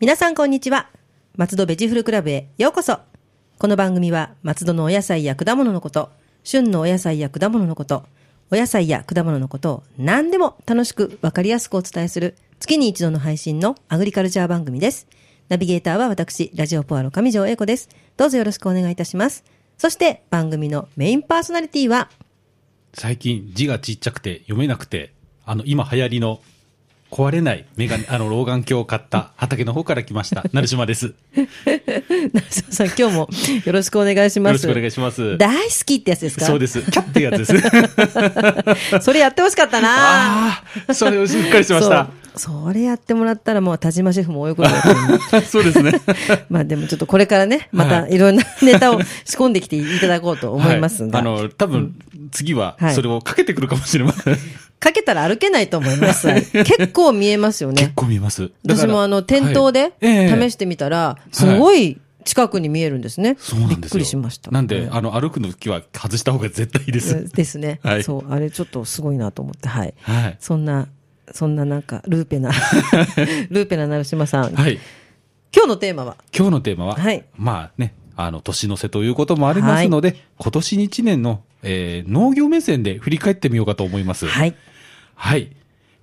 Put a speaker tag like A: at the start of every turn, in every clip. A: 皆さんこんにちは。松戸ベジフルクラブへようこそ。この番組は松戸のお野菜や果物のこと、旬のお野菜や果物のこと、お野菜や果物のことを何でも楽しくわかりやすくお伝えする月に一度の配信のアグリカルチャー番組です。ナビゲーターは私、ラジオポアロ上条英子です。どうぞよろしくお願いいたします。そして番組のメインパーソナリティは
B: 最近字がちっちゃくて読めなくて、あの、今流行りの壊れないメガネ、 あの、老眼鏡を買った畑の方から来ま した。成島です。よ
A: 成尾さん、今日もよろしくお願いします。
B: ろしくお願いします。
A: 大好きってやつですか
B: そうです。キャッてやつです。
A: それやってほしかったな
B: ああ、それをしっかりしました。
A: そう。それやってもらったらもう田島シェフも大喜びだと思 う
B: そうですね。
A: まあでもちょっとこれからね、またいろんなネタを仕込んできていただこうと思いますが、
B: はいあの、多分、次は
A: はい
B: それをかけてくるかもしれません。
A: かけたら歩けないと思います。結構見えますよ
B: 結
A: ね。
B: 構見えます。 だから
A: 私もあの、店頭
B: は
A: で
B: いええ
A: 試してみたら、すごい近くに見えるんですね。
B: そうなん
A: び
B: で
A: っ
B: すよ
A: くりしました。
B: なんで、あの、歩くの時は外した方が絶対いいで
A: う
B: す
A: ん。です ね。
B: はい
A: そう、あれちょっとすごいなと思って、はい。
B: はい。
A: そんな、そんななんか、ルー ペな、ルーペな成島さん。今
B: はい。
A: 日のテーマは、
B: 今日のテーマは、
A: はい
B: まあね、あの、年の瀬ということもありますので、今年一年の、えー農業目線で振り返ってみようかと思います。。
A: はいい。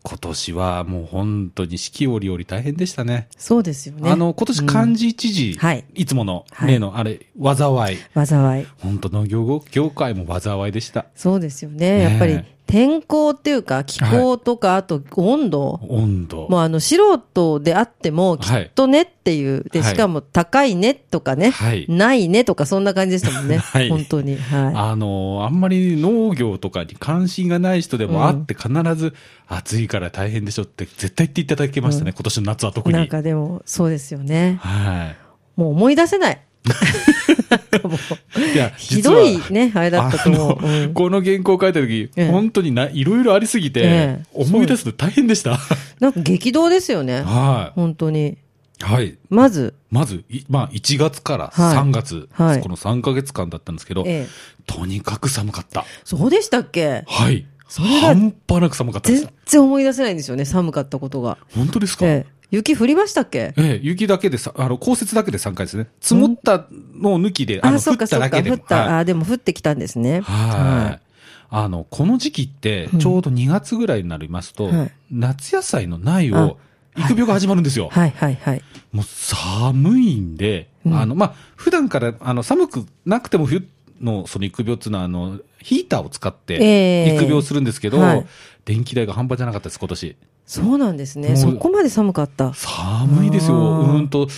B: 今年はもう本当に四季折々大変でしたね。
A: そうですよね。
B: あの、今年漢字一字、
A: はい
B: いつもの
A: はい
B: 例のあれ、災い。
A: 災い。
B: 本当農業業界も災いでした。
A: そうですよ
B: ね
A: ね。
B: え
A: やっぱり、天候っていうか、気候とか、あと温度。
B: 温度。
A: もうあの、素人であっても、き
B: はい
A: っとねっていう。で、
B: はい
A: しかも、高いねとかね。
B: はい
A: ないねとか、そんな感じでしたもんね。
B: はい
A: 本当に。は
B: あの、あんまり農業とかに関心がない人でもあって必ず暑いから大変でしょって絶対言っていただけましたね、今年の夏は特
A: い。
B: に。
A: なんかでも、そうですよね。
B: はい。
A: もう思い出 せない。 なんかもう
B: い や、
A: ひ
B: 実
A: ど
B: はい
A: ね、あれだったと思う。
B: あの
A: うん
B: この原稿を書いた時、
A: ええ
B: 本当にないろいろありすぎて、
A: ええ
B: 思い出すの大変でした。
A: なんか激動ですよね。
B: は
A: 本当
B: い。
A: に。
B: はい。
A: まず、
B: まず、いまあ、1月から
A: はい
B: 3月、
A: はい
B: この3ヶ月間だったんですけど、
A: ええ、
B: とにかく寒かった。
A: そうでしたっけ
B: はい。
A: れが
B: 半端なく寒かったです
A: 全。然思い出せないんですよね、寒かったことが。
B: 本当ですか、
A: ええ、雪降りましたっけ
B: ええ、雪だけでさ、あの、降雪だけで3回ですね。積もったのを抜きで、あの、降
A: そ
B: っ
A: うかそ
B: た
A: う
B: だ
A: か、
B: けで
A: 降
B: も。
A: った。
B: はい
A: ああ、でも降ってきたんですね。
B: はい。あの、この時期って、ちょうど2月ぐらいになりますと、
A: はい
B: 夏野菜の苗
A: あはい
B: を、育苗が始まるんですよ。
A: はいはいはい。
B: もう寒いんで、
A: うん
B: あの、まあ、普段から、あの、寒くなくても冬のその育苗っていうのは、あの、ヒーターを使っ
A: ええ
B: て育苗するんですけど、
A: はい
B: 電気代が半端じゃなかったです、今年。
A: そうなんですね。
B: も
A: そうこまで寒かった。
B: 寒いですよ。
A: あ
B: う
A: ー
B: ーんと、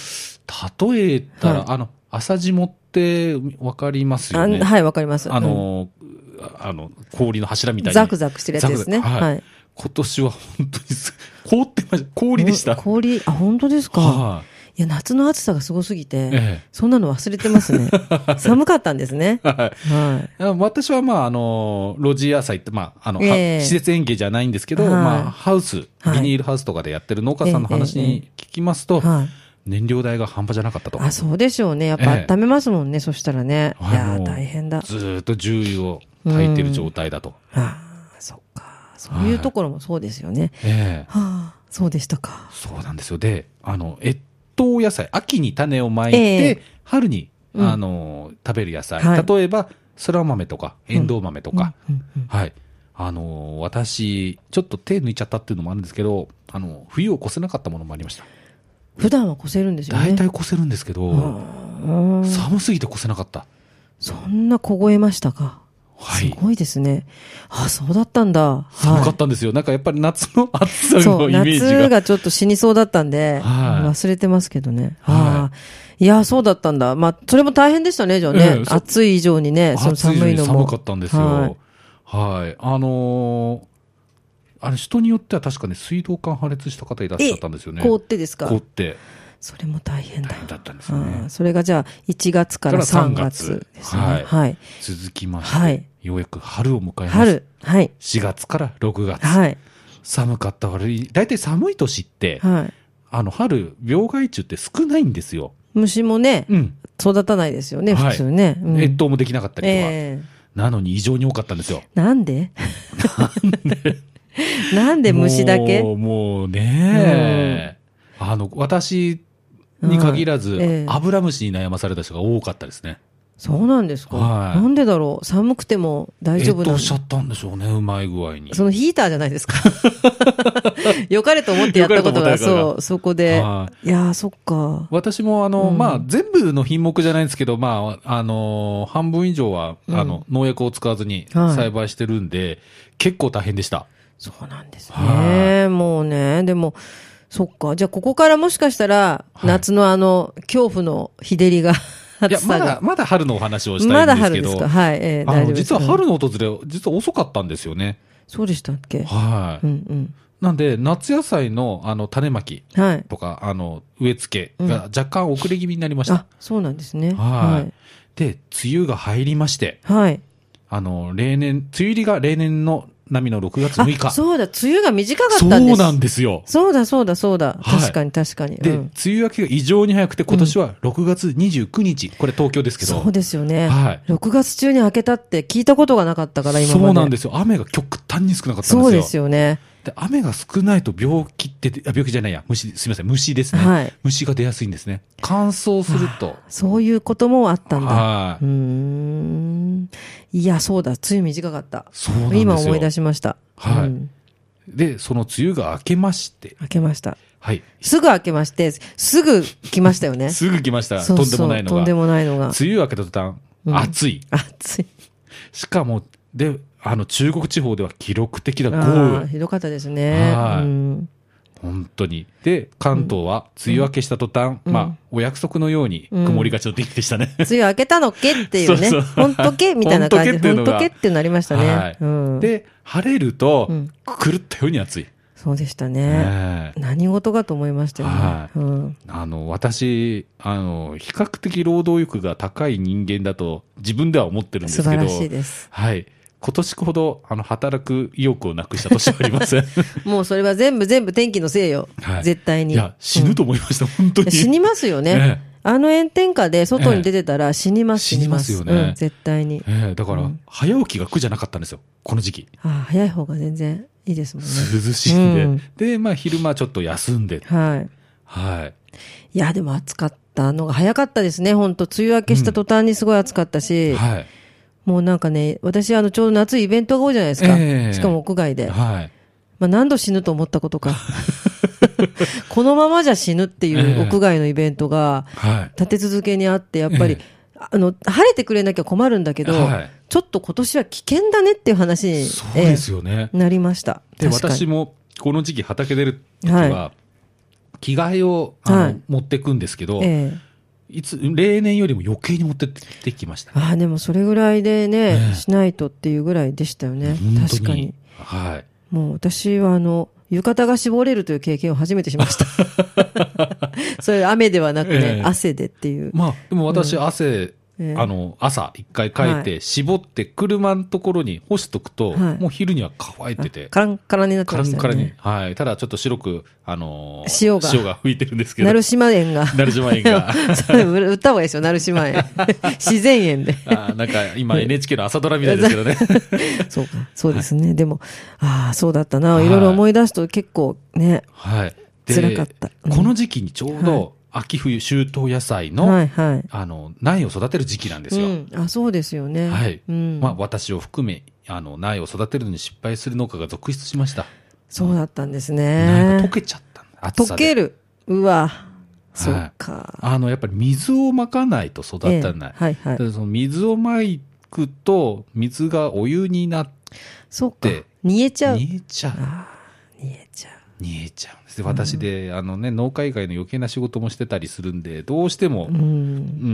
B: 例えたら、
A: はい
B: あの、朝霜ってわかりますよ
A: あ
B: ね。
A: はい、わかります。
B: あの、あの、氷の柱み
A: う
B: た
A: ん、
B: い
A: ザ
B: に
A: クザクしてるやつですね。
B: ザクザク
A: は
B: はい
A: い。
B: 今年は本当にす凍ってました。氷でした。
A: うん氷、あ、本当ですか。
B: はい
A: や、夏の暑さがすごすぎ
B: い。
A: て、
B: え
A: そんなの忘れてます ね。寒かったんですね。
B: え。はい
A: はい。
B: 私は、まあ、あの、路地野菜って、まあ、あの、は
A: ええ
B: 施設園芸じゃないんですけど、
A: はい
B: まあ、ハウス、ビ
A: はい
B: ニールハウスとかでやってる農家さんの話
A: えええ
B: に聞きますと、
A: はい。
B: 燃料代が半端じゃなかったと。
A: あ、そうでしょうね。やっぱ
B: ええ
A: 温めますもんね、そしたらね。い
B: はい
A: や
B: も
A: ー、
B: う
A: 大変だ。
B: ずーっと重油を炊いてる状態だと。
A: ああ、そっか。そういうところもそうですよね。
B: ええ
A: はあ、そうでしたか。
B: そうなんですよ。で、あの、越冬野菜、秋に種をまいて、
A: ええ
B: 春に、
A: うん
B: あの、食べる野菜。
A: はい
B: 例えば、そら豆とか、エンドウ豆とか、
A: うんうんうん
B: はい。あのー私、ちょっと手抜いちゃったっていうのもあるんですけど、あの、冬を越せなかったものもありました。
A: 普段は越せるんですよね。
B: 大体越せるんですけど、
A: うんうん
B: 寒すぎて越せなかった。
A: そんな凍えましたか。
B: は
A: す
B: い。
A: ごいですね。あ、そうだったんだ。
B: 寒か
A: は
B: ったんですよ。なんかやっぱり夏の 暑
A: い。
B: さ
A: そ
B: の
A: う、
B: イメージ
A: 夏
B: が。
A: がちょっと死にそうだったんで、
B: はい
A: 忘れてますけどね。
B: はい
A: あーいや、そうだったんだ。まあ、それも大変でしたね、じゃあね
B: え。えそ
A: 暑い以上にね、その
B: 暑いの
A: 寒い
B: に
A: の
B: 寒
A: も
B: か。ったんですよ。
A: は
B: はいい。あのーあれ、人によっては確かね、水道管破裂した方いらっしゃったんですよね。
A: 凍ってですか
B: 凍って
A: それも大変だ
B: 大。変だったんですよ
A: あ
B: ね
A: あ。それがじゃあ1月か
B: か
A: ら
B: ら
A: 3
B: 3
A: 月
B: 月
A: ですね。は。
B: はいい続きまして、
A: はい
B: ようやく春を迎えます。
A: 春。はい。
B: 4月から6月。
A: はい。
B: 寒かった悪い。大体寒い年って、
A: はい。
B: あの、春、病害虫って少ないんですよ。
A: 虫もね、
B: うん。
A: 育たないですよね、
B: はい
A: 普通ね。うん
B: 越冬もできなかったりとか。
A: ええ
B: なのに異常に多かったんですよ。
A: なんでなんで虫だけ
B: もうもうね、あの、私に限らず、
A: うんええ
B: アブラムシに悩まされた人が多かったですね。
A: そうなんですか、
B: はい
A: なんでだろう寒くても大丈
B: えっ
A: 夫な
B: と
A: の
B: おっしゃったんでしょうね、うまい具合に。
A: そのヒーターじゃな いですか。よかれと思ってやったこ
B: 良かれと思った
A: とが、
B: から
A: そう、そこで。
B: はい
A: やー、そっか。
B: 私もあの、
A: うん
B: まあ、全部の品目じゃないんですけど、まあ、あのー半分以上は、
A: うん
B: あの、農薬を使わずに
A: はい
B: 栽培してるんで、結構大変でした。
A: そうなんです
B: は
A: ね。もうね、でも、そっか。じゃあ、ここからもしかしたら、
B: はい
A: 夏のあの、恐怖の日照りが、
B: いや
A: 暑、
B: ま
A: さ
B: だ
A: が。、
B: まだ春のお話をした
A: ま
B: い
A: だ
B: んです
A: 春
B: け
A: です
B: ど、
A: か。はい、えー
B: あ
A: 大丈
B: の、
A: 夫です。
B: 実は春の訪れ、実は遅かったんですよね。
A: そうでしたっけ
B: は
A: う
B: い。
A: ん
B: なんで、夏野菜の、あの、種まき
A: うん。はい。
B: とか、あの、植え付けが若干遅れ気味になりました
A: あ。、そうなんですね。
B: はい。で、梅雨が入りまして、
A: い。はい。
B: あの、例年、梅雨入りが例年の波の6月6日。
A: あ、そうだ、梅雨が短か
B: そ
A: ったんです。
B: うなんですよ。
A: そうだ、そうだ、そうだ。
B: はい
A: 確かに、確かに。
B: で、
A: う
B: 梅
A: ん
B: 雨明けが異常に早くて、今年は6月29日、これ東京ですけど。
A: そうですよね。
B: はい
A: 6月中に開けたって聞いたことがなかったから、今まで。
B: そうなんですよ。雨が極端に少なかったんですよ。
A: そうですよね。
B: で雨が少ないと病気って、あ、病気じゃないや、虫、すみません、虫ですね。
A: はい
B: 虫が出やすいんですね。乾燥すると。
A: そういうこともあったんだ。
B: は
A: う
B: い。
A: ーん。いや、そうだ。梅雨短かった。
B: そうなんですよ。
A: 今思い出しました。
B: はい
A: うん
B: で、その梅雨が明けまして、
A: 開けました。
B: はい。
A: すぐ開けまして、すぐ来ましたよ ね。
B: すぐ来ました。
A: そうそ
B: とん
A: う
B: でもないの
A: と
B: が。
A: んでもないのが。
B: 梅雨明けた途端、
A: うん
B: 暑い。
A: 暑い。
B: しかも、で、あの、中国地方では記録的 な豪
A: ああ、
B: 雨。
A: ひどかったですね。
B: はい
A: うん
B: 本当に。で、関東は梅雨明けした途端、
A: うんうん
B: まあ、お約束のように曇りがちの天気でしたね。
A: 梅雨明けたのっけっていうね
B: そうそう。
A: 本当けみたいな感じ。
B: ほんとけっていう
A: 本
B: のが
A: 当けってなりました
B: はい
A: ね。うん
B: で、晴れると
A: うん、
B: 狂ったように暑い。
A: そうでしたね。
B: ねえ
A: 何事かと思いましたよ
B: は
A: ね。
B: い
A: うん
B: あの、私、あの、比較的労働欲が高い人間だと自分では思ってるんです
A: 素
B: けど、
A: 晴らしいです。
B: はい。今年ほど、あの、働く意欲をなくした年はありま せん。
A: もうそれは全部全部天気のせいよ
B: は。い
A: 絶対
B: い
A: に。
B: や、死ぬと思いました、本当
A: うん
B: に。
A: 死にますよ
B: え
A: ね。あの炎天下で外に出てたら死にます、
B: 死にますよね
A: うん絶対に。
B: えええだから、
A: うん
B: 早起きが苦じゃなかったんですよ、この時期。
A: ああ、早い方が全然いいですもんね。
B: 涼しいんで。
A: うん
B: で、まあ、昼間ちょっと休んで。
A: はい。
B: はい。
A: いや、でも暑かったのが早かったですね、本当梅雨明けした途端にすごい暑かったし、
B: はい。
A: もうなんかね、私、あの、ちょうど夏イベントが多いじゃないですか。
B: ええ
A: しかも屋外で。
B: はい。
A: まあ、何度死ぬと思ったこ とか。このままじゃ死ぬってい
B: ええ
A: う屋外のイベントが
B: はい。
A: 立て続けにあって、やっぱり
B: え、
A: あの、晴れてくれなきゃ困るんだけど、
B: はい
A: ちょっと今年は危険だねっていう話に、
B: そうですよね。
A: ええなりました。
B: で、
A: 確かに
B: 私も、この時期畑出る時は、
A: は
B: 着替えをあの、
A: はい
B: 持ってくんですけど、
A: ええ
B: いつ、例年よりも余計に持ってってきました。
A: ああ、でもそれぐらいで
B: え
A: ね、
B: え
A: しないとっていうぐらいでしたよね。
B: 本当
A: 確かに。。
B: はい。
A: もう私はあの、浴衣が絞れるという経験を初めてしま した。それ雨ではなくね、
B: ええ
A: 汗でっていう。
B: まあ、でも私、汗、
A: ええ
B: あの、朝一回かいて、絞って車のところに干しとくと、
A: はい
B: もう昼には乾いてて、
A: カランカランになって
B: カ
A: ま
B: ラ
A: し
B: ン
A: た
B: カ
A: よ
B: ラに
A: ね。。
B: はい。ただちょっと白く、あのー
A: 塩が
B: 塩が吹いてるんですけど。
A: 鳴島園が。
B: 鳴島園が
A: それ売った方がいいですよ、鳴島園。自然園で。
B: あーなんか今 NHK の朝ドラみたいですけどね。
A: そうか、そうですね。でも、ああ、そうだったな。
B: はい
A: いろいろ思い出すと結構ね、
B: はい。
A: 辛かったうん
B: この時期にちょう
A: はい
B: ど秋冬秋冬野菜の、
A: はいはい。
B: あの、苗を育てる時期なんです
A: う
B: よ。
A: ん、あそうですよね。
B: はい。
A: うん
B: まあ私を含め、あの、苗を育てるのに失敗する農家が続出しました。
A: そうだったんです
B: 苗が溶
A: ね。
B: けちゃったんだ暑
A: 溶
B: さで
A: ける。うわ、そっか。
B: あの、やっぱり水をまかないと育たない。
A: ええはいはい
B: ただその水をまくと、水がお湯になっ
A: そうか
B: で。
A: 煮えち
B: て、
A: ゃう。
B: 煮えちゃう。
A: ああ、煮えちゃう。
B: 煮えちゃうんです。で私で、あのね、農家以外の余計な仕事もしてたりするんで、どうしても、
A: う、
B: うん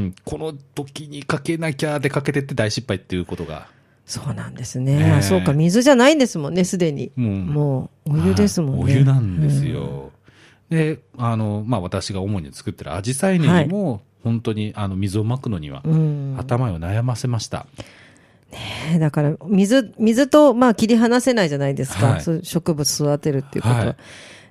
B: ん、この時にかけなきゃでかけてって大失敗っていうことが、
A: そうなんです
B: ね
A: ね。
B: え
A: あそうか、水じゃないんですもんね、すでに。
B: もう、
A: もう、お湯ですもんね。
B: はいお湯なんです
A: うん。
B: よ。で、あの、まあ、私が主に作ってるアジサイネにも、本当に、あの、水をまくのには、
A: うん、
B: 頭を悩ませました。
A: え だから水水とまあ切り離せないじゃないですか、
B: はい
A: そういう植物育てるっていうことは、
B: はい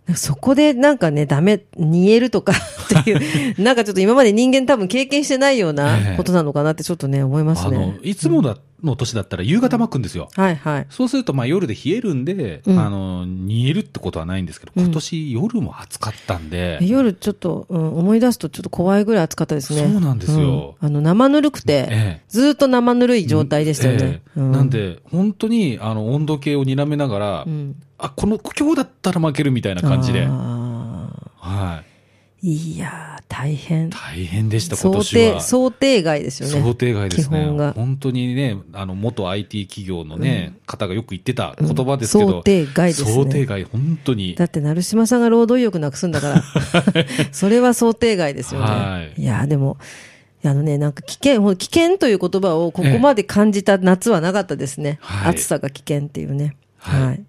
A: なんかそこでなんかねダメ煮えるとか っていうなんかちょっと今まで人間多分経験してないような
B: ええ
A: ことなのかなってちょっとね思います
B: あの
A: ね、
B: いつもだ、の年だったら夕方巻くんですよ。
A: はいはい。
B: そうすると、まあ夜で冷えるんで、
A: うん
B: あの、煮えるってことはないんですけど、
A: うん
B: 今年夜も暑かったんで、
A: 夜ちょっと、うん、思い出すとちょっと怖いぐらい暑かったですね。
B: そうなんですよ
A: うんあの、生ぬるくて、
B: ええ
A: ずーっと生ぬるい状態でしたよね。
B: ええ
A: うん
B: なん、で、本当に、あの、温度計を睨めながら、
A: うん、
B: あ、この、今日だったら負けるみたいな感じで、
A: あ
B: はい。
A: ーいやー、大変。
B: 大変でした、今
A: 想
B: 年は。
A: 定、想定外ですよね。
B: 想定外です
A: 基本
B: ね
A: が。
B: 本当にね、あの、元 IT 企業のね、方がよく言ってた言葉ですけ
A: う
B: ど、
A: ん想定外ですね
B: 想定外、本当に
A: だ。って、成島さんが労働意欲なくすんだから、 それは想定外ですよね。
B: はい
A: いやー、でも、あのね、なんか危険、ほん危険という言葉をここまで感じた夏はなかったですね。
B: はい
A: 暑さが危険っていうね。
B: はい
A: はい。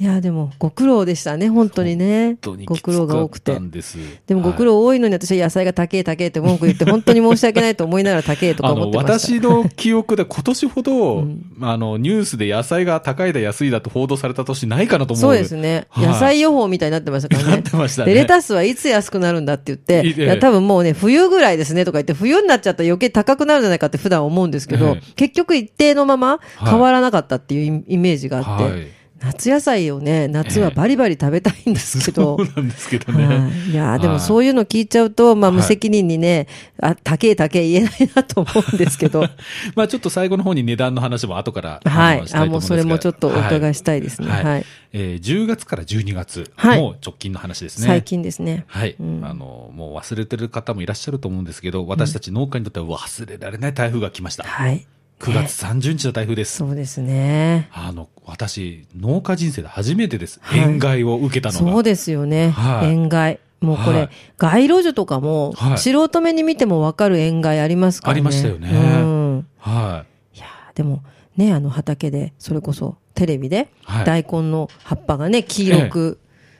A: いやー、でも、ご苦労でしたね、本当にね。
B: 本当に
A: ご苦労が多く
B: きつか
A: て
B: った。んです。
A: でもご苦労多いのに私は野菜が高え高えって文句言って本当に申し訳ないと思いながら高えとか
B: あ
A: 思っ
B: の、
A: てました。
B: 私の記憶で今年ほ ど、あの、ニュースで野菜が高いだ安いだと報道された年ないかなと思う。
A: そうですね、
B: はい
A: 野菜予報みたいになってましたからね。
B: なってましたね
A: で、レタスはいつ安くなるんだって言って、
B: いい
A: い
B: ね
A: や、多分もうね、冬ぐらいですねとか言って、冬になっちゃったら余計高くなるんじゃないかって普段思うんですけど、
B: ええ
A: 結局一定のまま
B: い
A: 変わらなかったっていうイイメージがあって、
B: はい
A: 夏野菜をね、夏はバリバリ食べたいんですけど、
B: そうなんですけどね。
A: はい、いやーでも
B: は
A: そういうの聞いちゃうと、まあ、
B: はい
A: 無責任にね、あ、高え高え言えないなと思うんですけ ど、
B: いまあちょっと最後の方に値段の話も後から。
A: は
B: の
A: い
B: し。た
A: あ、
B: いと思
A: も
B: んで
A: う
B: す
A: そ
B: が
A: れもちょっとお伺いしたいですね。
B: は
A: はいい。
B: えー10月から12月、
A: はい
B: もう直近の話ですね。
A: 最近ですね。
B: はい、
A: うん
B: あの、もう忘れてる方もいらっしゃると思うんですけど、私たち農家にとっては忘れられない台風が来ました。
A: はい。
B: 9
A: ね
B: 月30日の台風です。
A: そうですね。
B: あの、私、農家人生で初めてです。
A: はい
B: 塩害を受けたのが。
A: そうですよね。
B: はい
A: 塩害。もうこれ、
B: はい
A: 街路樹とかも、
B: はい
A: 素人目に見てもわかる塩害ありますからね。
B: ありましたよね
A: うん。
B: はい
A: やーでも、ね、あの畑で、それこそテレビで、
B: はい
A: 大根の葉っぱがね、黄色く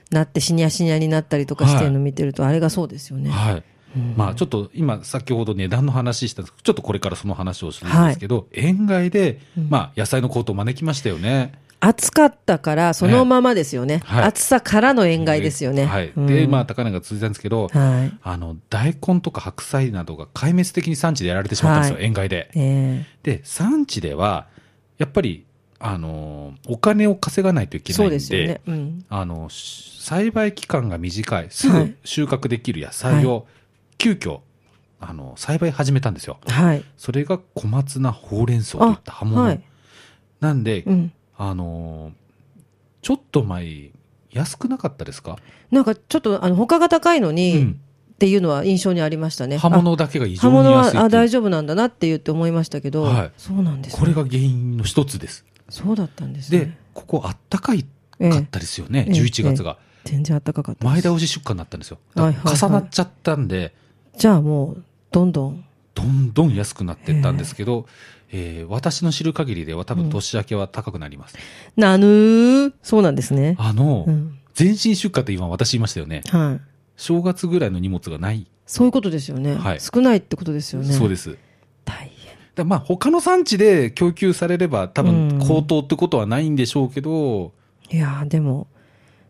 A: なって、しにゃしにゃになったりとかしてるの見てると、あれがそうですよ
B: い。
A: ね。
B: はい。まあちょっと今先ほど値段の話したんですけど、ちょっとこれからその話をするんですけど、塩害で、まあ野菜の高騰を招きましたよね。
A: 暑かったから、そのままですよね。
B: はい
A: 暑さからの塩害ですよね。
B: はい。で、
A: うん
B: まあ高値が続いたんですけど、
A: はい。
B: あの、大根とか白菜などが壊滅的に産地でやられてしまったんですよ、
A: はい
B: 塩害で。
A: え
B: で、産地では、やっぱり、あの、お金を稼がないとい
A: え
B: けな
A: そ
B: い
A: うん
B: で、
A: ですよね。うん。
B: あの、し栽培期間が短い、すぐ収穫できる野菜を、急遽、あの、栽培始めたんですよ。
A: はい。
B: それが小松菜、ほうれん草といった葉物。
A: はい。
B: なんで、
A: うん。
B: あの、ちょっと前、安くなかったですか、
A: なんかちょっと、あの、他が高いのに、
B: うん
A: っていうのは印象にありましたね。
B: 葉物だけが異
A: あ葉
B: 常に
A: 物
B: 安いっていう
A: は、あ、大丈夫なんだなって言って思いましたけど、
B: はい
A: そうなんです、ね。
B: これが原因の一つです。
A: そうだったんです
B: で
A: ね。、
B: ここあったかい
A: え
B: か
A: え
B: っ、たですよね、
A: ええ
B: 11月が。
A: 全然暖かかったです
B: 前倒し出荷になったんですよ。重
A: はいはいはい
B: なっちゃったんで、
A: じゃあもう、どんどん。
B: どんどん安くなってったんですけど、えー私の知る限りでは多分年明けは高くなります。
A: なぬーそうなんですね。
B: あの、
A: うん。
B: 全身出荷って今私言いましたよね。
A: はい。
B: 正月ぐらいの荷物がない。
A: そういうことですよね。
B: はい
A: 少ないってことですよね。
B: そう
A: す。
B: です。だか
A: 大変。
B: らまあ他の産地で供給されれば多
A: う
B: 分
A: ん
B: 高騰ってことはないんでしょうけど、
A: いやーでも、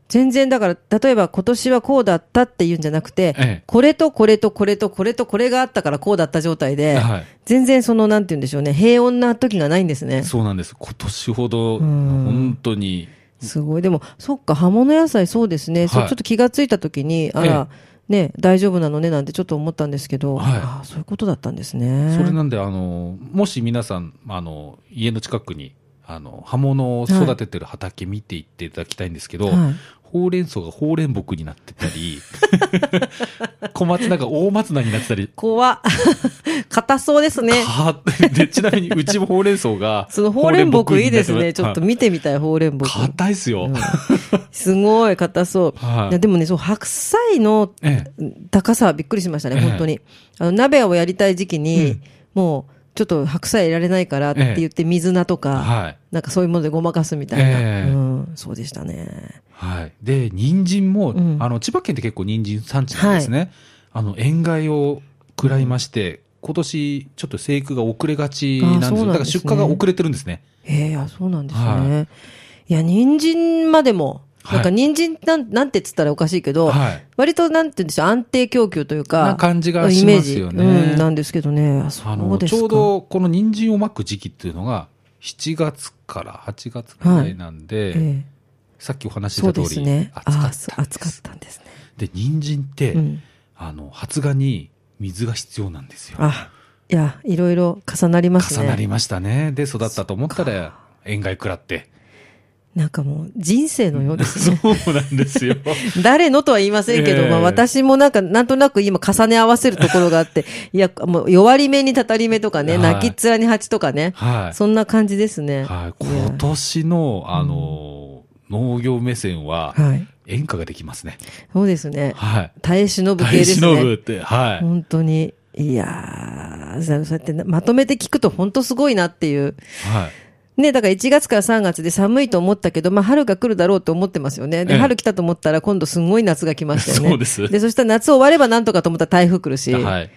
A: 全然だから、例えば今年はこうだったっていうんじゃなくて、
B: ええ
A: これとこれとこれとこれとこれがあったからこうだった状態で、
B: はい
A: 全然その、なんて言うんでしょうね、平穏な時がないんですね。
B: そうなんです。今年ほど
A: うん
B: 本当に
A: すごい。でも、そっか、葉物野菜そうですね。
B: はい
A: そうちょっと気がついた時に、あら、ね、大丈夫なのねなんてちょっと思ったんですけど、
B: はい
A: ああ、そういうことだったんですね。
B: それなんで、あの、もし皆さん、あの、家の近くに、あの、葉物を育ててる畑見ていっていただきたいんですけど、
A: はい
B: ほうれん草がほうれん木になってた り、小松菜が大松菜になってたり、
A: 怖っ 硬そうですね。
B: かで、ちなみにうちもほうれん草が、
A: そのほうれん木いいですね。ちょっと
B: 見
A: 見てみたい、ほうれん木。
B: 硬いっすよ。
A: うんすごい硬そう。
B: はい
A: いやでもね、そう、白菜の
B: ええ
A: 高さはびっくりしましたね、本当に。あの、鍋をやりたい時期に、
B: うん
A: もう、ちょっと白菜いられないからって言って、水菜とか、
B: はい。
A: なんかそういうものでごまかすみたいな。
B: ええ
A: うん、そうでしたね。
B: はい。で、人参も、
A: うん
B: あの、千葉県って結構人参産地なんですね。あの、塩害を食らいまして、今年ちょっと生育が遅れがちなんです
A: あそ
B: よ。
A: うなんですね
B: だから出荷が遅れてるんですね。
A: ええあ、そうなんですね。、
B: はい
A: や、人参までも、
B: はい
A: なんか人参なん、なんて言ったらおかしいけど、
B: はい。
A: 割となんて言うんでしょう、安定供給というか、
B: な感じがしますよね
A: イメージうん、なんですけどね。あそ
B: あ
A: う
B: の、
A: です
B: ち
A: か。
B: ょうどこの人参をまく時期っていうのが、 7月から8月ぐらいなんで、
A: ええ
B: さっきお話しし
A: そう
B: た
A: で
B: 通
A: す
B: り、
A: ね。
B: 暑か
A: あ
B: っ
A: あそ
B: た
A: う
B: んで
A: 暑かっ
B: す。
A: たんですね。
B: で、人参って、
A: うん
B: あの、発芽に水が必要なんですよ。
A: あ、いや、いろいろ重なりますね。
B: 重なりましたね。で、育ったと思ったら、塩害食ら って。
A: なんかもう人生のよう ですね。
B: そうなんですよ。
A: 誰のとは言いませんけど、
B: ええ
A: まあ私もなんか、なんとなく今重ね合わせるところがあ って、いや、もう弱り目にたたり目とかね、
B: はい
A: 泣きっ面に蜂とかね、
B: はい。
A: そんな感じですね。
B: はい、
A: いや
B: 今年の、あの、農業目線は、
A: はい。
B: 演歌ができますね。
A: そうですね。
B: はい。
A: 耐え忍ぶ系
B: 大
A: で
B: し
A: す
B: のぶ
A: ね。
B: って、はい。
A: 本当に。いやー、そうやってなまとめて聞くと本当すごいなっていう。
B: はい。
A: ね、だから1月から3月で寒いと思ったけど、まあ春が来るだろうと思ってますよね。で、
B: ええ
A: 春来たと思ったら今度すごい夏が来ましたよね。
B: そうです
A: で、そしたら夏終わればなんとかと思ったら台風来るし。
B: はい。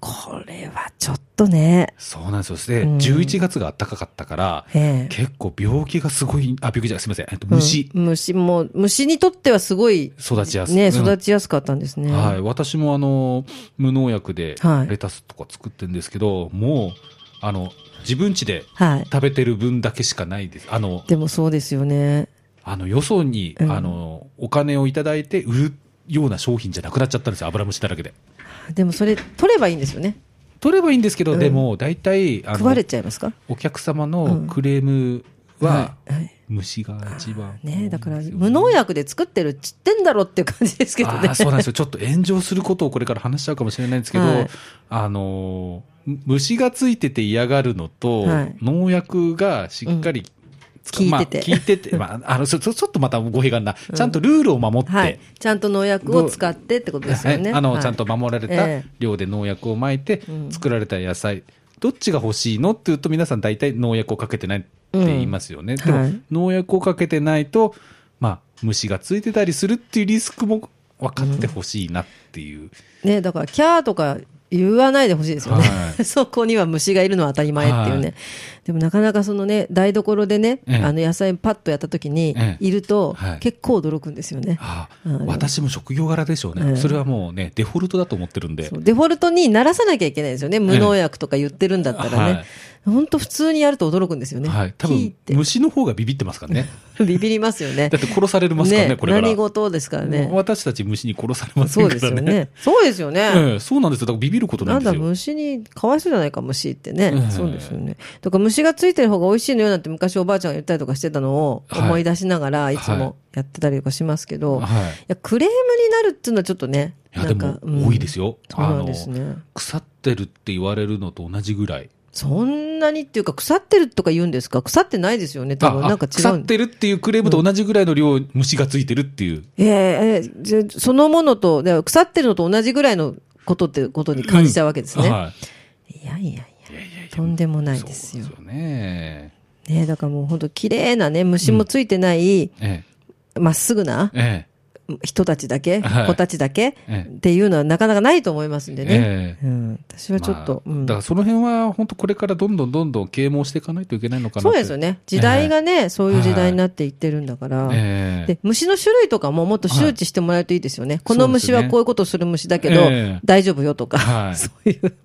A: これはちょっとね。
B: そうなんですよ。で、
A: うん
B: 11月が暖かかったから、
A: ええ
B: 結構病気がすごい、あ、病気じゃない、すみません。えっと、虫、
A: うん虫も、虫にとってはすごい、
B: 育ちやすい。
A: ね、
B: うん
A: 育ちやすかったんですね。
B: はい。私もあの、無農薬で
A: はい、
B: レタスとか作ってるんですけど、もう、あの、自分家で
A: はい。
B: 食べてる分だけしかないです。あの、
A: でもそうですよね。
B: あの、よそに、
A: うん
B: あの、お金をいただいて売るような商品じゃなくなっちゃったんですよ。油虫だらけで。
A: でもそれ、取ればいいんですよね。
B: 取ればいいんですけど、
A: うん
B: でも、大体、あ
A: 食われ
B: の、
A: ちゃいますか
B: お客様
A: う
B: の
A: ん
B: クレームは、
A: いはい
B: 虫が一番、
A: ねだから、無農薬で作ってるっつってんだろっていう感じですけど
B: あ
A: ね。
B: ーそうなんですよ。ちょっと炎上することをこれから話しちゃうかもしれないんですけど、
A: はい
B: あのー、虫がついてて嫌がるのと、
A: はい
B: 農薬がしっかり、つ
A: 効
B: まあ
A: いてて
B: 効いてて、まあ、あ の、ちょちょちょっとまたご弊害な、ちゃんとルールを守って、
A: はい。ちゃんと農薬を使ってってことですよね。
B: はいあの、
A: はい
B: ちゃんと守られ
A: ええ
B: た量で農薬をまいて
A: うん
B: 作られた野菜、どっちが欲しいのって言うと皆さん大体農薬をかけてないって言いますよね。
A: ん
B: でも、
A: はい
B: 農薬をかけてないと、まあ、虫がついてたりするっていうリスクも分かってほしいなっていう。
A: ねだから、キャーとか言わないでほしいですよね。
B: は
A: そこには虫がいるのは当たり前っていうね。
B: は
A: でもなかなかそのね、台所でね、
B: ええ
A: あの野菜パッとやった時に
B: ええ、
A: いると
B: はい、
A: 結構驚くんですよね。
B: ああ
A: うん
B: 私も職業柄でしょうね、
A: ええ
B: それはもうね、デフォルトだと思ってるんで
A: そ。うデフォルトにならさなきゃいけないですよね。無農薬とか言ってるんだったら
B: は
A: ね
B: い。
A: 本当普通にやると驚くんですよね。
B: はい。多
A: 聞い
B: 分、
A: て
B: 虫の方がビビってますからね。
A: ビビりますよね
B: だ。って殺されますから ね、これから。
A: 何事ですからね。
B: 私たち虫に殺されませ
A: そ
B: ん
A: う
B: か
A: です
B: ら
A: よ
B: ね。
A: ね。そうですよ ね。
B: ええそうなんですよ。だからビビることな
A: ない
B: ん
A: ん
B: です
A: だ、
B: よ。
A: 虫に、かわいそうじゃないか、虫ってね。
B: うん
A: そうですよね。だから虫がついてる方が美味しいのよなんて昔おばあちゃんが言ったりとかしてたのを
B: はい
A: 思い出しながら、いつ
B: はい
A: もやってたりとかしますけど、い、
B: はい。
A: や、クレームになるっていうのはちょっとね、
B: いや、で
A: な
B: も
A: んか、うん
B: 多いですよ。
A: そう
B: あ
A: なん
B: の
A: ですね。
B: 腐ってるって言われるのと同じぐらい。
A: そんなにっていうか、腐ってるとか言うんですか腐ってないですよね、多分。
B: あ
A: なんか違
B: 腐っ
A: う。
B: てるっていうクレームと同じぐらいの量、虫がついてるっていう。
A: ええええじゃあそのものと、で腐ってるのと同じぐらいのことってことに感じちゃうわけですね。
B: はい
A: やいやいや、
B: い。いやいや
A: とんでもないですよ
B: そう。ですよね。
A: ねだからもう本当綺麗なね、虫もついてない、
B: え
A: まっすぐな
B: え。え
A: 人たちだけ、
B: はい
A: 子たちだけ
B: ええ
A: っていうのはなかなかないと思いますんでね。
B: ええ。
A: うん、私はちょっと、
B: まあ
A: うん
B: だからその辺は本当これからどんどんどんどん啓蒙していかないといけないのかな
A: そうですよ
B: ね。
A: ね。時代がね、そういう時代になっていってるんだから。
B: ええ。
A: で虫の種類とかももっと周知してもらえるといいですよね、この虫はこういうことする虫だけど、
B: そうですよねええ
A: 大丈夫よとか、
B: はい
A: そういう、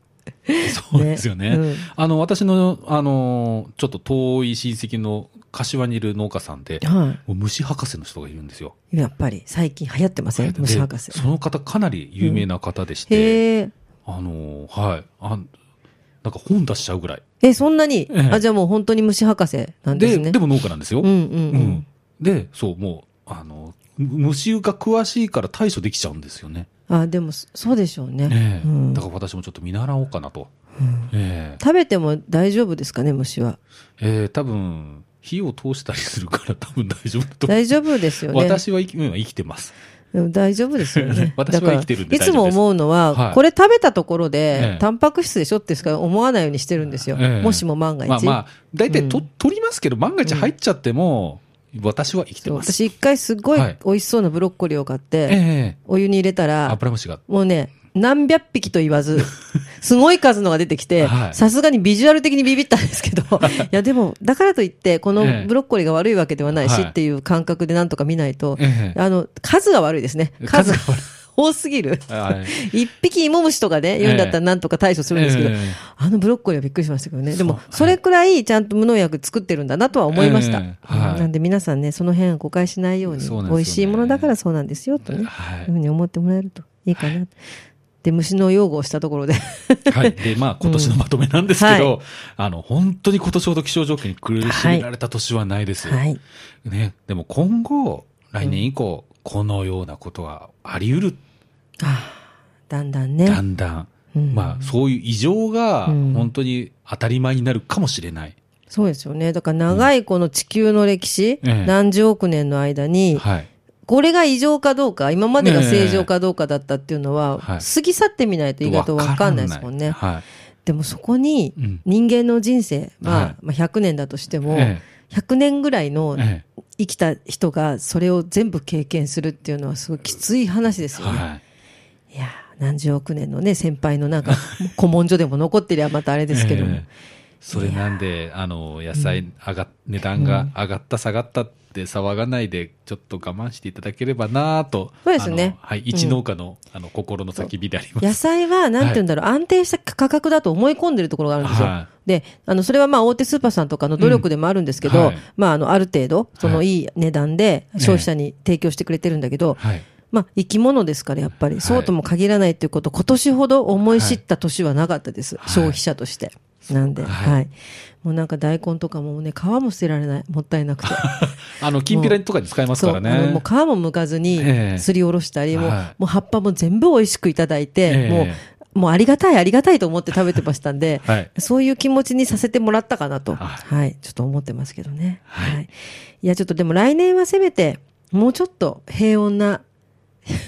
B: そうですよね。
A: ねうん
B: あの、私の、あの、ちょっと遠い親戚の柏にいる農家さんで、
A: は
B: もう虫博士の人がいるんですよ。
A: い、やっぱり最近流行ってません、虫博士
B: で。その方、かなり有名な方でして、
A: へえ、
B: あのー、はい。あなんか本出しちゃうぐらい。
A: え、そんなに、
B: ええ
A: あじゃあもう本当に虫博士なんです
B: で、
A: ね。
B: でも農家なんですよ。
A: うんうん
B: う
A: うん
B: んで、そう、もう、あの、む虫が詳しいから対処できちゃうんですよね。
A: あでもそそうでしょうね
B: ええ
A: うん
B: だから私もちょっと見習おうかなと。え
A: 食べても大丈夫ですかね虫は
B: えええ多分、火を通したりするから 多分大丈夫だと思う
A: 大丈夫ですよね
B: 私は生きうん生きてます。
A: でも大丈夫ですよね
B: 私は
A: だから
B: 生きてるんで
A: い
B: 大丈夫です
A: つも思うのは、
B: はい
A: これ食べたところで、
B: ええ
A: タンパク質でしょってしか思わないようにしてるんですよ、
B: ええ
A: もしも万が一、
B: まあまあ、大体と、
A: うん
B: 取りますけど、万が一入っちゃっても、私は生きて
A: そう
B: ます。
A: 私一回すごい
B: はい
A: 美味しそうなブロッコリーを買って、
B: ええ
A: お湯に入れたら
B: 油虫が。
A: もうね何百匹と言 わずすごい数のが出てきて
B: はい
A: さすがにビジュアル的にビビったんですけ どいやでもだからといってこの
B: ええ
A: ブロッコリーが悪いわけではないし
B: はい
A: っていう感覚でなんとか見ないと、
B: ええ
A: あの数が悪いですね
B: 数が悪い
A: 多多すぎる。
B: はい
A: 一匹芋虫とかね、言うんだったらなんとか対処するんですけど、
B: ええ
A: あのブロッコリーはびっくりしましたけどね。でも
B: そう、
A: それくらいちゃんと無農薬作ってるんだなとは思いました。
B: ええはい
A: なんで皆さんね、その辺誤解しないように、
B: そうなんです
A: 美
B: よね
A: 味しいものだからそうなんですよ、とね、
B: はい
A: い、うふうに思ってもらえるといいかな。で、虫の擁護をしたところで。
B: はい。で、まあ、今年のまとめなんですけど、あの、本当に今年ほど気象条件に苦しめられた年はないです。
A: はい。
B: ね。でも今後、来年以降、このようなことはあり得る。
A: だんだんね。
B: だんだん。
A: うん
B: まあ、そういう異常が、
A: うん
B: 本当に当たり前になるかもしれない。
A: そうですよね。だから長いこの地球の歴史、
B: ええ
A: 何十億年の間に、
B: はい。
A: これが異常かどうか、今までが正常かどうかだったっていうのは、
B: ええはい
A: 過ぎ去ってみないと意外とわかんないですもんね。
B: は
A: でもそこに
B: い。うん。
A: 人間の人生、まあ
B: はい
A: まあ、100年だとしても、
B: え
A: 100年ぐらいの
B: ええ
A: 生きた人がそれを全部経験するっていうのはすごいきつい話です
B: え
A: よね。
B: はい。
A: い、やー何十億年のね、先輩のな んか古文書でも残ってりゃまたあれですけども。
B: ええそれなんで、あの、野菜上が、値段が上がった下がったって騒がないで、ちょっと我慢していただければなぁと。
A: そうですね
B: あのはい。一農家の、あの、心の叫びであります。
A: 野菜は、なんて言うんだろう、安定した価格だと思い込んでるところがあるんですよ。
B: は
A: で、あの、それはまあ、大手スーパーさんとかの努力でもあるんですけど、
B: うんはい
A: まあ、あの、ある程度、その
B: はい
A: い値段で消費者に提供してくれてるんだけど、
B: はい。
A: まあ、生き物ですから、やっぱり、
B: い
A: そうとも限らないということ、今年ほど思い知った年はなかったです。
B: はい
A: 消費者として。なんで、
B: はい
A: はい。もうなんか大根とかもね、皮も捨てられない。もったいな くて。
B: あの、きんぴらとかに使えます
A: そう、
B: か
A: あ
B: ら
A: の
B: ね。
A: もう皮も剥かず
B: え
A: に
B: え
A: すりおろしたり、もう
B: はい
A: もう葉っぱも全部美味しくいただいて、
B: ええ
A: もうもうありがたいありがたいと思って食べてましたんで、
B: はい
A: そういう気持ちにさせてもらったかなと、は、
B: はい
A: ちょっと思ってますけどね。はい。い、や、ちょっとでも来年はせめて、もうちょっと平穏な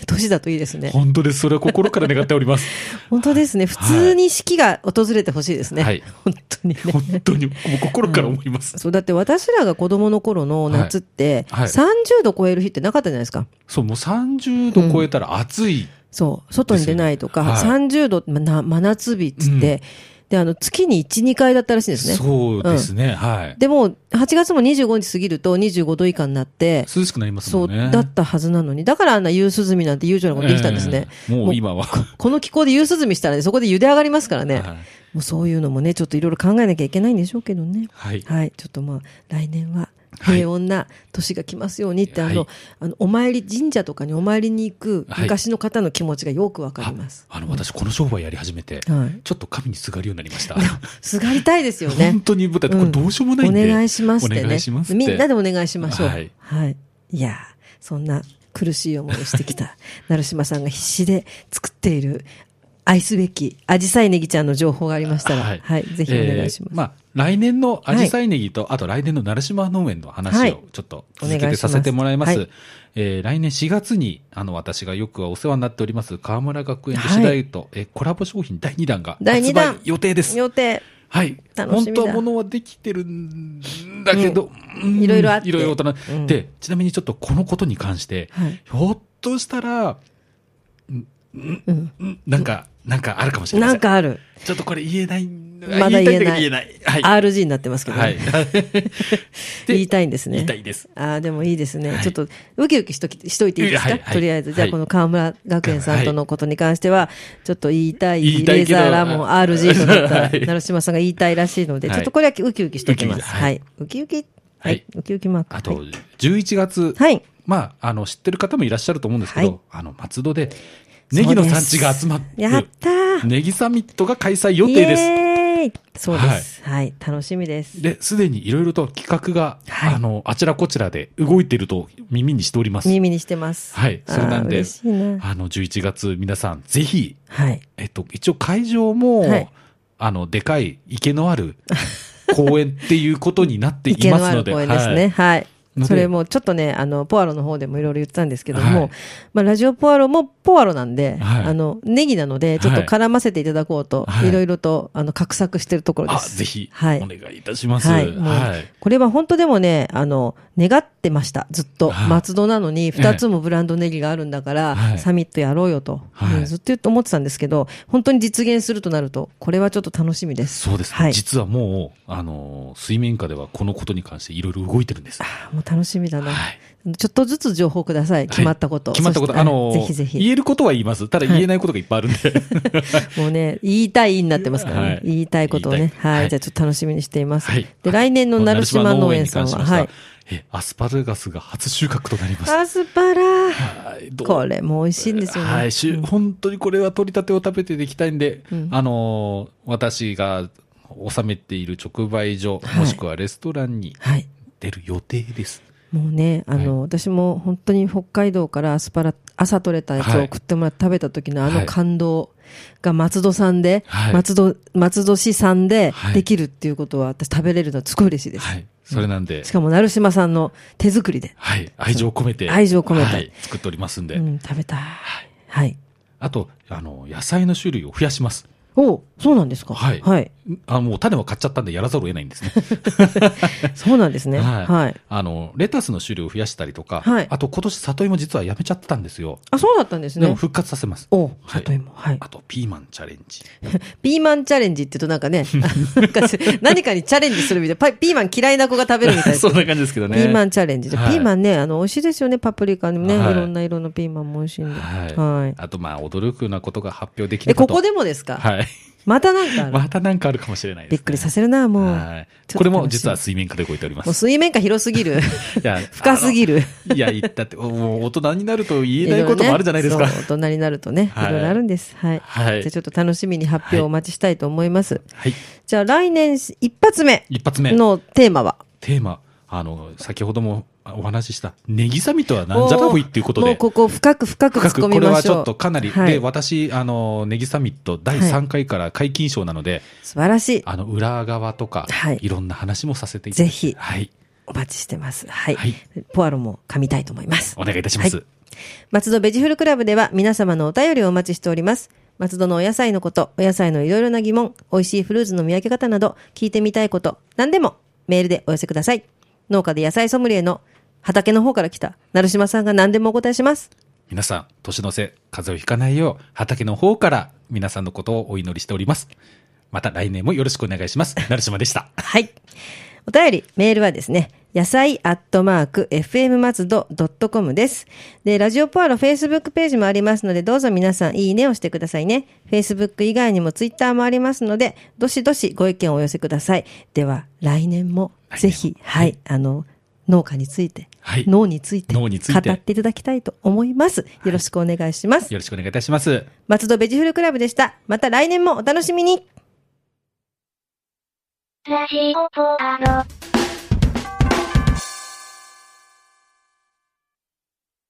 A: 年だといいですね。
B: 本当です。それは心から願っております。
A: 本当ですね。普通に四季が訪れてほしいですね。
B: はい
A: 本当 にね。
B: 本当に、もう心から思います。
A: そう、だって私らが子供の頃の夏って、
B: はいはい
A: 30度超える日ってなかったじゃないですか。
B: そう、もう30度超えたら暑い。
A: そう、外に出ないとか、
B: ですよ
A: 30度、まな真夏日っつって、で、あの、月に1、2回だったらしいんですね。
B: そうですね。はい。
A: でも、8月も25日過ぎると25度以下になって、
B: 涼しくなります
A: そ
B: も
A: うん
B: ね。
A: だったはずなのに、だからあんな夕涼みなんて悠長なことできたんですね。
B: ええもう今は。
A: この気候で夕涼みしたらね、そこで茹で上がりますからね。
B: はい
A: もうそういうのもね、ちょっといろいろ考えなきゃいけないんでしょうけどね。
B: はい。
A: はい、ちょっとまあ、来年は平穏な年が来ますようにって、あの、
B: はい
A: あの、お参り、神社とかにお参りに行く
B: はい
A: 昔の方の気持ちがよくわかります。
B: ああの、私、この商売やり始めて、
A: はい
B: ちょっと神にすがるようになりました。
A: すがりたいですよね。
B: 本当に、だってこれどうしようもないんで。
A: お願いしますってね。
B: お願いしますって
A: みんなでお願いしましょう。は
B: はいい。
A: い、やーそんな苦しい思いをして きた、成島さんが必死で作っている、愛すべき、アジサイネギちゃんの情報がありましたら、はい、ぜひお願いします。
B: えーまあ、来年のアジサイネギと、あと来年の鳴島農園の
A: は
B: 話
A: い
B: をちょっと
A: お
B: 続
A: 願
B: け
A: いしま
B: て
A: す
B: させてもらいます。
A: はい
B: えー来年4月に、あの、私がよくお世話になっております、河村学園女子大と、えーコラボ商品第2弾が
A: 第二
B: 発
A: 弾
B: 売予定です。
A: 予定。
B: はい。
A: 楽し
B: 本
A: みだ
B: 当はものはできてるんだけど、うん
A: いろいろあって
B: いろいろ大人、
A: うん
B: で、ちなみにちょっとこのことに関して、
A: はい
B: ひょっとしたら、
A: うん。
B: うんなんか、なんかあるかもしれま
A: な
B: せ
A: んかある。
B: ちょっとこれ言えない。
A: まだ言えな
B: 言いたいんだ
A: い
B: けど言えない。はい。
A: RG になってますけどね、
B: はい。
A: 言いたいん ですね。
B: 言いたいです。
A: ああ、でもいいですね。
B: はい
A: ちょっと、ウキウキしとき、しといていいですか、
B: はいはい
A: とりあえず。じゃあ、
B: はい
A: この河村学園さんとのことに関しては、ちょっと言いたい、
B: 言いたい
A: レー
B: け
A: ザ
B: ど
A: ーラモン RG とだったら、
B: はい
A: 成島さんが言いたいらしいので、
B: はい
A: ちょっとこれはウキウキしておきま
B: ウキ
A: す。
B: ウキ
A: は
B: はい
A: い。ウキウキ。は
B: はい
A: い。ウキウキマーク。
B: あ
A: は
B: と
A: い、
B: 11月、
A: はい
B: まあ、あの、知ってる方もいらっしゃると思うんですけど、
A: はい
B: あの、松戸で、ネギの産地が集まって、
A: やったー
B: ネギサミットが開催予定
A: イ
B: で
A: エーイそうです、はい。楽しみです
B: す。。で、すでにいろいろと企画が、
A: はい
B: あの、あちらこちらで動いてると耳にしております。
A: 耳にしてます。
B: はい。それなん
A: あー
B: で
A: 嬉しいな。
B: あの、11月、皆さん、ぜひ、
A: はい。
B: えっと、一応会場も、
A: はい
B: あの、でかい池のある公園っていうことになってい
A: 池
B: ま
A: のあ
B: すの
A: る
B: で。
A: 公園ですね。
B: はい
A: はい。
B: ので
A: それもちょっとね、あの、ポアロの方でもいろいろ言ってたんですけども、
B: はい
A: まあ、ラジオポアロもポアロなんで、
B: はい
A: あの、ネギなので、ちょっと絡ませていただこうと、、
B: はいい
A: ろいろと、あの、画策してるところで
B: あ、
A: す。
B: ぜひ、
A: はい
B: お願いいたします。
A: は
B: はいい。
A: もうこれは本当でもね、あの、願ってました。ずっと。
B: はい
A: 松戸なのに、二つもブランドネギがあるんだから、
B: はい
A: サミットやろうよと、
B: はい
A: うんずっと言って思ってたんですけど、本当に実現するとなると、これはちょっと楽しみです。
B: そうですね、
A: はい。
B: 実はもう、あのー水面下ではこのことに関していろいろ動いてるんです。
A: あもう楽しみだな、
B: はい
A: ちょっとずつ情報ください。決まったこと。
B: 決まったこと、
A: そして
B: あのー
A: ぜひぜひ。
B: 言えることは言います。ただ言えないことがいっぱいあるんで。
A: もうね、言いたいになってますからね。
B: はい
A: 言いたいことを
B: 言い
A: ね。
B: たい
A: はい。
B: はい
A: じゃあちょっと楽しみにしています。
B: はい
A: で、来年の鳴島農園さんは、
B: 鳴島農園に関。
A: はい
B: しましてはえ、アスパラガスが初収穫となりました。
A: アスパラ、
B: はいどう
A: これも美味しいんですよね。
B: はい、しゅ本当にこれは取り立てを食べてできたいんで、
A: うん
B: あのー私が納めている直売所、
A: はい
B: もしくはレストランに
A: はい。
B: 出る予定です。
A: もうね、あの、私も本当に北海道からアスパラ、朝取れたやつを
B: はい
A: 送ってもらって食べた時のあ
B: は
A: の
B: い
A: 感動が松戸さんで、
B: はい
A: 松戸、松戸市さんで
B: はい
A: できるっていうことは、私食べれるのはすごい嬉しいです。
B: はい、それなんで、
A: しかも、鳴島さんの手作りで、
B: はい、愛情を込めて、
A: 愛情を込めて
B: はい、作っておりますんで、
A: うん、食べたい。はい。
B: あと、あの、野菜の種類を増やします。
A: おうそうなんですか。
B: はい
A: はい。
B: あもう種は買っちゃったんでやらざるを得ないんですね。
A: そうな んですね。はい。
B: あの、レタスの種類を増やしたりとか、
A: はい
B: あと今年里芋実はやめちゃってたんですよ。
A: あ、そうだったんです
B: でも
A: ね。
B: 復活させます。
A: おう
B: はい
A: 里芋。はい。
B: あと、ピーマンチャレンジ。
A: ピーマンチャレンジって言うとなん かね、なんか何かにチャレンジするみたいな。パピーマン嫌いな子が食べるみたいです
B: そんな感じですけどね。
A: ピーマンチャレンジで、
B: はい
A: ピーマンね、あの、美味しいですよね、パプリカにもね、、
B: はいい
A: ろんな色のピーマンも美味しいんで。
B: はい。
A: はい。
B: あと、まあ、驚くようなことが発表でき
A: え、
B: る
A: こ
B: と
A: こでもですか、
B: はい。
A: またなんかある、
B: またなんかあるかもしれないです、
A: び
B: ね。
A: っくりさせるな、もう。
B: はい
A: ちょっと楽しみ
B: これも実は水面下で動いておりま
A: もう
B: す。
A: 水面下広すぎる。
B: いや
A: 深すぎる。
B: あのいや、言ったって、もう大人になると言えないこともあるじゃないですか。
A: ろいろねそう大人になるとね、
B: はい
A: いろいろあるんです。はい。
B: はい
A: じゃあちょっと楽しみに発表をお待ちしたいと思います。
B: はい。
A: じゃあ来年一発目
B: 一発目。
A: のテーマは
B: テーマ、あの、先ほどもお話しした、ネギサミットはなんじゃらほいっていうこと
A: もう
B: で、
A: ここ深く深く突っ
B: 深
A: 込
B: く
A: み
B: これ
A: ま
B: は
A: し
B: ち
A: ょう。
B: ょっとかなり、
A: はい
B: で、私、あの、ネギサミット第3回から解禁賞なので、
A: 素晴らしい。
B: あの、裏側とか、
A: はい
B: い、ろんな話もさせていただいて
A: ぜひ
B: はい。
A: お待ちしてます。はい。
B: はい
A: ポアロも噛みたいと思います。
B: お願いいたします。
A: はい松戸ベジフルクラブでは皆様のお便りをお待ちしております。松戸のお野菜のこと、お野菜のいろいろな疑問、美味しいフルーツの見分け方など、聞いてみたいこと、何でもメールでお寄せください。農家で野菜ソムリエの畑の方から来た、成島さんが何でもお答えします。
B: 皆さん、年の瀬、風邪をひかないよう、畑の方から皆さんのことをお祈りしております。また来年もよろしくお願いします。なるしまでした。
A: はい。お便り、メールはですね、野菜アットマーク、fm 松戸 .com です。で、ラジオポアロフェイスブックページもありますので、どうぞ皆さんいいねをしてくださいね。フェイスブック以外にもツイッターもありますので、どしどしご意見をお寄せください。では、来年も
B: 来年も
A: ぜひ、はい、あの、農家について、
B: はい
A: 脳について、
B: 脳について
A: 語っていただきたいと思います。よろしくお願いします。
B: よろしくお願いいたします。
A: 松戸ベジフルクラブでした。また来年もお楽しみに
C: ラジオポアロ。